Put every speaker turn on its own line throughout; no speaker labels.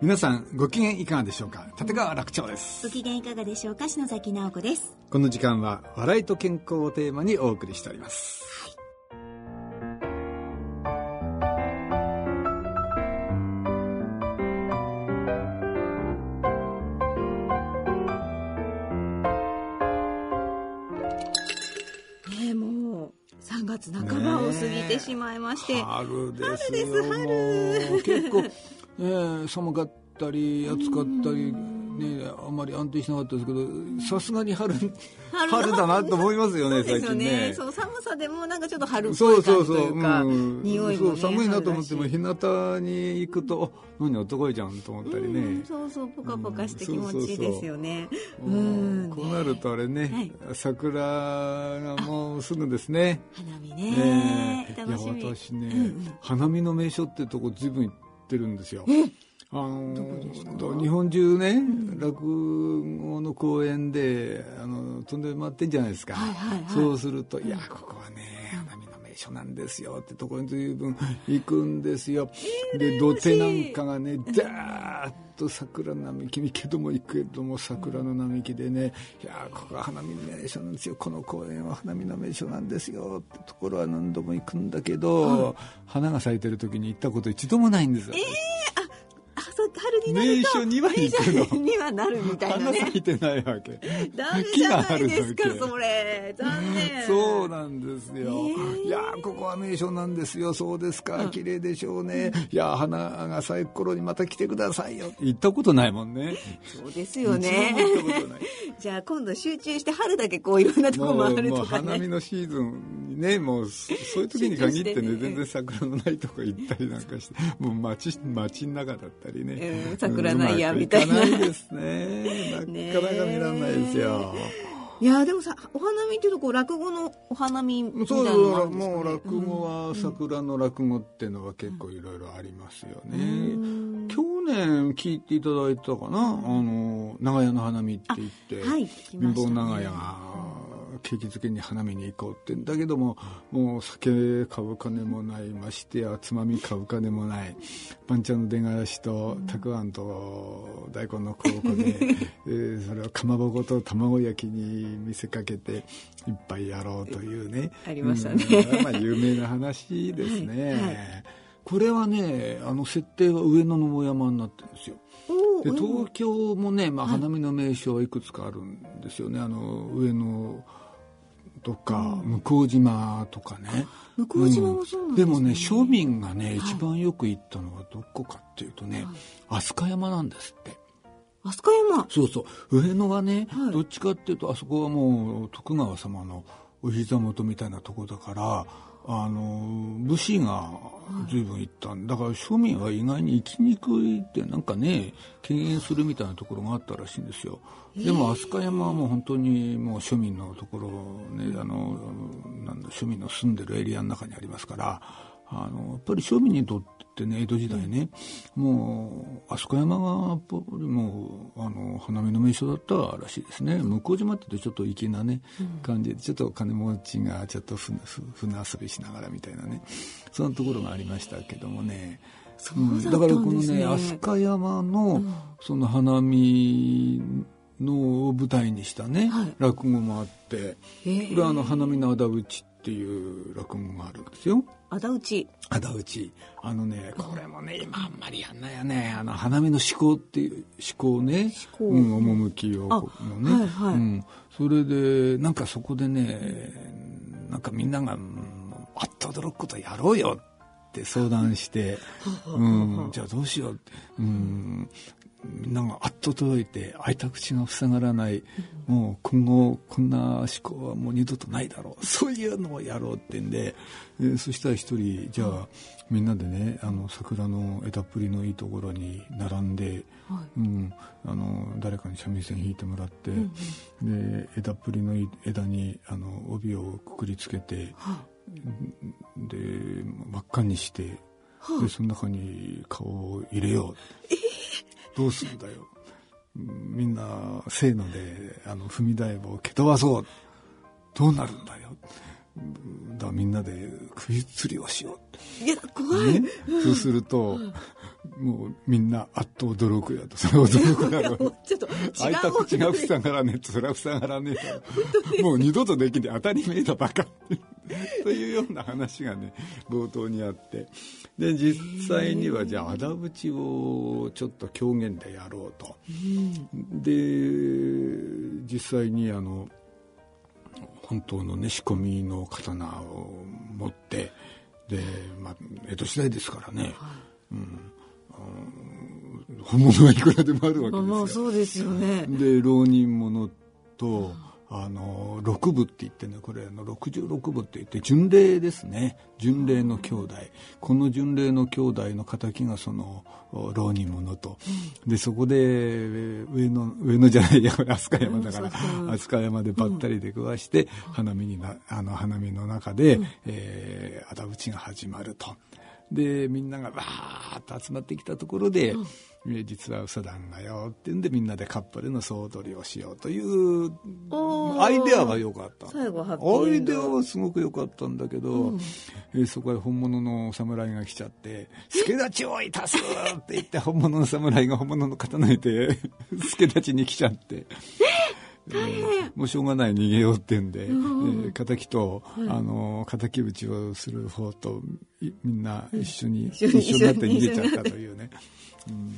皆さんご機嫌いかがでしょうか立川楽長です
ご機嫌いかがでしょうか篠崎直子です
この時間は笑いと健康をテーマにお送りしております、
ねえもう3月半ばを過ぎてしまいまして、
春です
よ春です
もう結構、ねえ、寒かったり暑かったりねえあんまり安定しなかったですけどさすがに春
春
春だなと思いますよね
そうで
最
すよ
近
ね
ね
そう寒さでもなんかちょっと春っぽ
そう
い
そ
感
う
じ
そう、
というか
うん
匂いも、ね
そう寒いなと思っても
春
日
だし
向に行くとあ何男いじゃんと思ったりね、
うんそうそうポカポカして気持ちいいですよねうん
うんこうなる
ね
とあれね、
はい
桜がもうすぐですね。
花見
ね
ね
え
楽しみ
いや私ね、
うんうん
花見の名所ってとこずいぶん行ってるんですよ。あの
どこですか
日本中ね、落語の公演であの飛んで回ってんじゃないですか、
はいはいはい
そうすると「いやここはね花見の名所なんですよ」ってところに随分行くんですよ。で土手なんかがねダーッと桜並木にけども行くけども桜の並木でね「いやここは花見の名所なんですよこの公園は花見の名所なんですよ」ってところは何度も行くんだけど、花が咲いてる時に行ったこと一度もないんですよ。
あそう春になると
名所には行くの
名所にはなるみたいな
花
ね
咲いてないわけ。
ダメじゃないです
木
か
があるだけ
それ残念
そうなんですよ。
ー
いやーここは名所なんですよ。そうですか。綺麗でしょうね。いやー花が咲く頃にまた来てくださいよ。行ったことないもんね。
そうですよ
一
ね
度も行ったことない。
じゃあ今度集中して春だけこういろんなとこ
もう
回る
もう
とか
花見
ね
のシーズンにねもうそそういう時に限って
集中して
ね
ね
全然桜のないとこ行ったりなんかしてもう街街の中だったりね、
うん桜ないや
うまく
みたいな
かないです ね
ね
なかなか見られないですよ、
いやでもさお花見っていうとこう落語のお花見みたい
そう
な
だ
のも
か
ある
ら
んですか、ね、
もう落語は桜の落語っていうのは結構いろいろありますよね、
うん
去年聞いていただいたかな、あの長屋の花見って言って、
はい聞きま
貧乏
したね
長屋が景気づけに花見に行こうってだけどももう酒買う金もないましてやつまみ買う金もない番茶の出がらしとたくあんと大根のコロコ で、えーそれをかまぼこと卵焼きに見せかけていっぱいやろうというね
ありましたね
うんまあ有名な話ですね、
はいはい
これはねあの設定は上野の野山になってるんですよ
お
で
ーうん
東京もね、まあ、花見の名所はいくつかあるんですよね、あの上野とか向島とかね、
向島もそうなん
で
ですね、
もね庶民がね一番よく行ったのはどこかっていうとね、飛鳥山なんですって
飛鳥山
そうそう上野はね、
はい
どっちかっていうとあそこはもう徳川様のお膝元みたいなとこだからあの武士が随分行ったんだから庶民は意外に行きにくいってなんかね敬遠するみたいなところがあったらしいんですよでも飛鳥山はもう本当にもう庶民のところねあのなんだ庶民の住んでるエリアの中にありますからあのやっぱり庶民にとってね江戸時代ね、もう飛鳥山がやっぱりもうあの花見の名所だったらしいですね向島って言うとちょっと粋なね、感じでちょっと金持ちがちょっとふふ船遊びしながらみたいなねそんなところがありましたけどもね。
そうだったんですね
だからこのね飛鳥山のその花見のを舞台にしたね、
はい
落語もあって、
えー
これはあの花見の仇討ちっていう落語があるんですよ。
仇討ち
仇討ちあのねこれもね今あんまりやんないよねあの花見の思考っていう思考ね
思考
うん、趣をこうのね、
はいはい
うん、それでなんかそこでねなんかみんながうんあっと驚くことやろうよって相談して、うん、じゃあどうしようって、うん、みんながあっと届いて開いた口が塞がらない、もう今後こんな思考はもう二度とないだろう そういうのをやろうってんで、えーそしたら一人じゃあみんなでねあの桜の枝っぷりのいいところに並んで、うん、あの誰かに三味線弾いてもらって、
うんうん
で枝っぷりのい枝にあの帯をくくりつけて
は
で真っ赤にして
は
でその中に顔を入れよう、どうすんだようんみんなせーのであの踏み台を蹴飛ばそうどうなるんだようんだからみんなで首吊りをしよう
あいや怖い、
ね、そうすると、もうみんなあっと驚くやとそれは驚くだろう
ちょっと
開
違
いうた
もん
口が塞がらねえとそれは塞がらねえからもう二度とできねえ当たり前だバカというような話がね冒頭にあってで実際にはじゃあ仇討ちをちょっと狂言でやろうと。で実際にあの本当のね仕込みの刀を持ってで、まあ、江戸時代ですからね、うん、あの本物はいくらでもあるわけですよ
まあ。まあそうですよね、
で浪人者とあの六部って言ってねこれあの66部って言って巡礼ですね巡礼の兄弟この巡礼の兄弟の敵がそのお浪人者と、でそこでえー上野上野じゃないやこれ飛鳥山だから、飛鳥山でばったり出くわして、花見になあの花見の中で、えー仇討ちが始まると。でみんながわーっと集まってきたところで、え実は嘘なんだよっていうんでみんなでカップルの総取りをしようという
おー
アイデアは良かった
最後ハッピー
ア
エ
イ
ン
デ
ド
アはすごく良かったんだけど、えーそこへ本物の侍が来ちゃって「助太刀をいたす!」って言って本物の侍が本物の刀にて助太刀に来ちゃって。もうしょうがない逃げようってんで、えー敵と、あの敵討ちをする方といみんな一緒に、
一緒に
一緒になって逃
一緒
げ
に
ちゃったというね。うん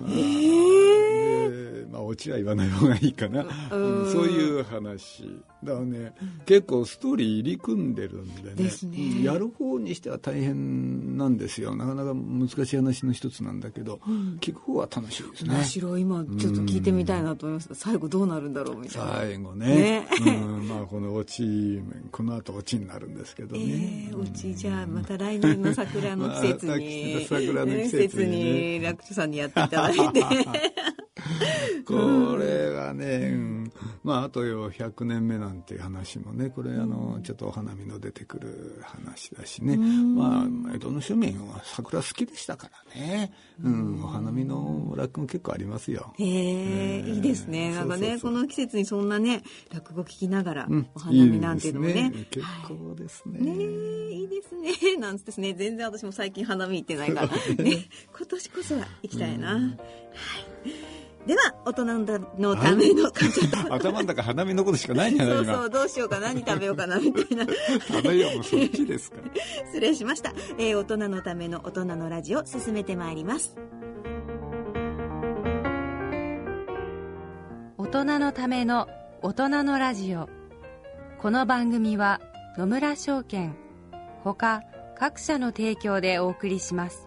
まあでまあ、オチは言わない方がいいかな、うんそういう話だからね、結構ストーリー入り組んでるんでね
ですね
うんやる方にしては大変なんですよなかなか難しい話の一つなんだけど、聞く方は楽しいですね
面白い今ちょっと聞いてみたいなと思いました最後どうなるんだろうみたいな
最後ね
ね
うんまあ、このオチこの後オチになるんですけど
え
ね、
ー、うちじゃあまた来年の桜の季節
ま
に
た桜の季節にね
ね季節に楽長さんにやっていた だいて
これはね、うんまあ、あとよ100年目なんていう話もねこれあのちょっとお花見の出てくる話だしね、まあ、江戸の庶民は桜好きでしたからね、うん、お花見の落語結構ありますよ。
へえいいですねなんか
そうそ
ね
うそう
この季節にそんなね落語聞きながら
うん
お花見なんていうのもね,、
いいです結構ですね。
ねえいいですね。 なんつってね、全然私も最近花見行ってない から、ね、今年こそは行きたいな。はい。では、大人のための、 ちょっと
頭の中花見のことしかないんじゃない
そう
今
そう、どうしようか、何食べようかな、みたいな。
食べようもうそっちですから。
失礼しました。えー大人のための大人のラジオ、進めてまいります。
大人のための大人のラジオこの番組は野村証券ほか各社の提供でお送りします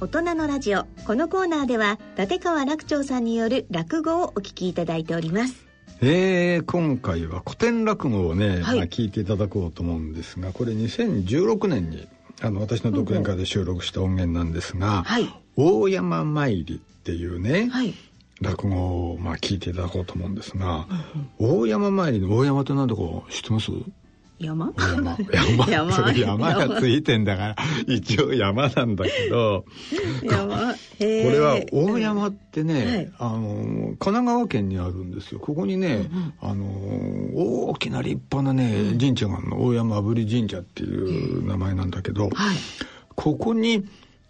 大人のラジオ、このコーナーでは、立川楽長さんによる落語をお聞きいただいております。
えー今回は古典落語をね、
はい
まあ、聞いていただこうと思うんですがこれ2016年にあの私の独演会で収録した音源なんですが「
はい。
大山参り」っていうね、
はい。
落語を まあ聞いていただこうと思うんですが、大山参りの大山って何だか知ってます
い山
山、山、
山
そう山がついてんだから、一応山なんだけど、
山。
こ
へー
れは大山ってね、
はい
あの、神奈川県にあるんですよ。ここにね、あの、大きな立派なね、神社があるの、大山炙り神社っていう名前なんだけど、
はい。
ここに、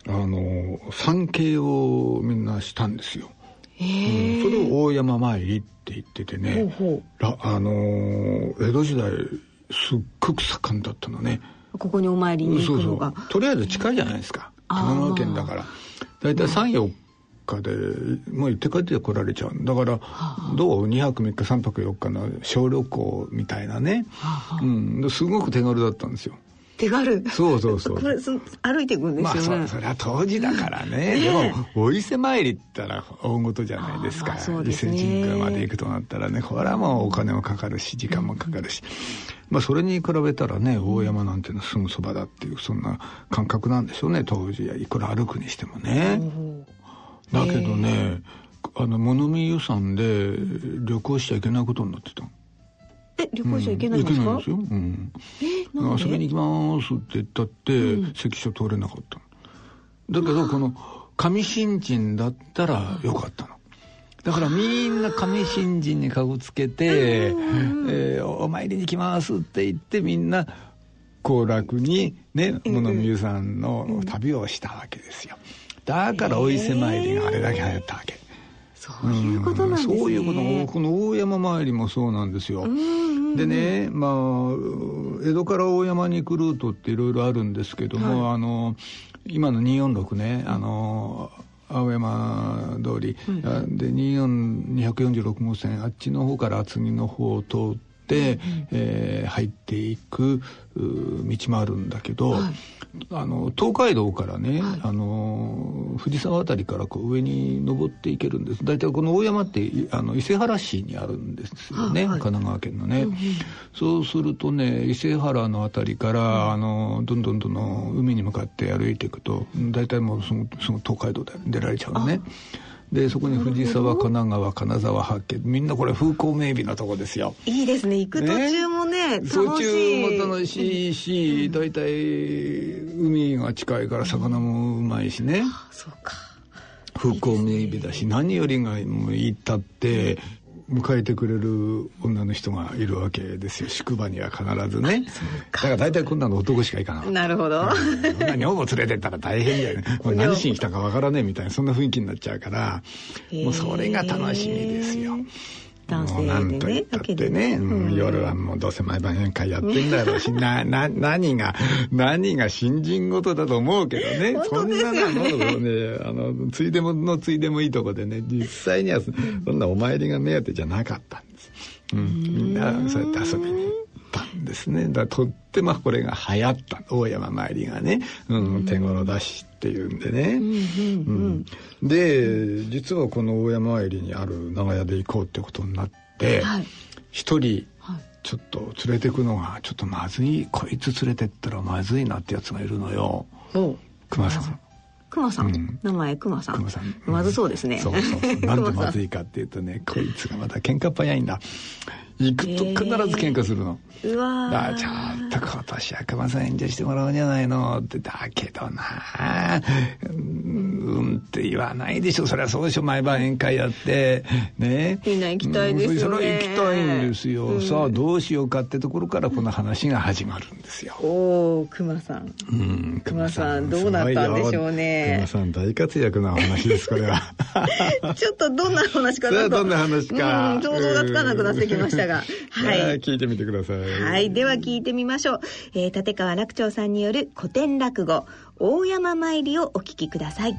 あの、参詣をみんなしたんですよ。
へえ。
それを大山参りって言っててね、
ほうほ
らあのー江戸時代すっごく盛んだったのね、
う。ここにお参りに行
そう
く
そ
のが
う。とりあえず近いじゃないですか
あー
神奈川県だから大体34日でもう行って帰ってこられちゃうんだからどう2泊3日3泊4日の小旅行みたいなね、うん、ですごく手軽だったんですよ
手軽。
そうそうそう
これ、その歩いていくんで
ますあ
よね。
そそれは当時だからねでもお伊勢参りって言ったら大事じゃないですか、
あーまあそう
伊
です
勢
ね
神宮まで行くとなったらねこれはもうお金もかかるし時間もかかるし、まあ、それに比べたらね大山なんていうのはすぐそばだっていうそんな感覚なんでしょうね当時いくら歩くにしてもね。だけどねあの物見湯山で旅行しちゃいけないことになってたの
え、旅行者行けないんです
うん行けな
か
いんですよ、うん
え、なんで
遊びに行きますって言ったって、関所通れなかったのだけどこの上新人だったらよかったのだからみんな上新人にかごつけて、えーお参りに来ますって言ってみんな行楽にね物見湯さんの旅をしたわけですよだからお伊勢参りがあれだけ流行ったわけ、
そういうことなんですね。
そういうことこの大山参りもそうなんですよ、でねまあ江戸から大山に行くルートっていろいろあるんですけども、あの今の246ねあの青山通り、あで24 246号線あっちの方から厚木の方を通って、えー入っていくう道もあるんだけど、あの東海道からね、あの藤沢あたりからこう上に登っていけるんです大体この大山っていあの伊勢原市にあるんですよね、神奈川県のね、そうするとね伊勢原のあたりから、あのどんどんどんどん海に向かって歩いていくと大体もうそのその東海道で出られちゃうのねでそこに藤沢神奈川金沢八景みんなこれ風光明媚なとこですよ
いいですね。行く途中もね、楽しい。
途中も楽しいし、大体海が近いから魚もうまいしね
そうか。
風光明媚だし何よりがもう行ったって迎えてくれる女の人がいるわけですよ宿場には必ずねだから大体こんなの男しか行かなかった
なるほど。
そんな女房連れてったら大変じ ゃないもう何しに来たかわからねえみたいなそんな雰囲気になっちゃうからもうそれが楽しみですよ。
男性
もうなんと
で
言
ね
っ、た
だ
っ
け
て
で
ね、
ね。
うん夜はもうどうせ毎晩宴会やってんだろうし、 な、な、何が、何が新人事だと思うけど ね、そんなのもうね、あの、ついでものついでもいいとこでね、実際にはそんなお参りが目当てじゃなかったんです。うん、みんなそうやって遊びに行ったんですね。だからとってもこれが流行った、大山参りがね、うん、手頃だしっていうんでね。うんで、実はこの大山参りにある長屋で行こうってことになって、
はい。
一人
はい
ちょっと連れてくのがちょっとまずいこいつ連れてったらまずいなってやつがいるのよ
お
熊さん
熊さん,、
うん
名前熊さん
熊さん
まずそうですね
そうそうそうなんでまずいかっていうと ねこいつがまた喧嘩っ早いんだ行くと必ず喧嘩するの、
うわ
あ
ー
ちょっと今年は熊さん遠慮してもらうんじゃないのってだけどなうんうんって言わないでしょそりゃそうでしょ毎晩宴会やってね
みんな行きたいですよね
うんそれは行きたいんですよ、さあどうしようかってところからこの話が始まるんですよ
おお熊さん
うん
熊さんどうなったんでしょうね
すごいよ熊さん大活躍なお話ですこれは
ちょっと どんな話か
さ
な
あ
と
どんな話か
うん想像がつかなくなってきましたがは
あ
い
ー聞いてみてください
はい。では聞いてみましょう。えー立川楽長さんによる古典落語、大山参りをお聞きください。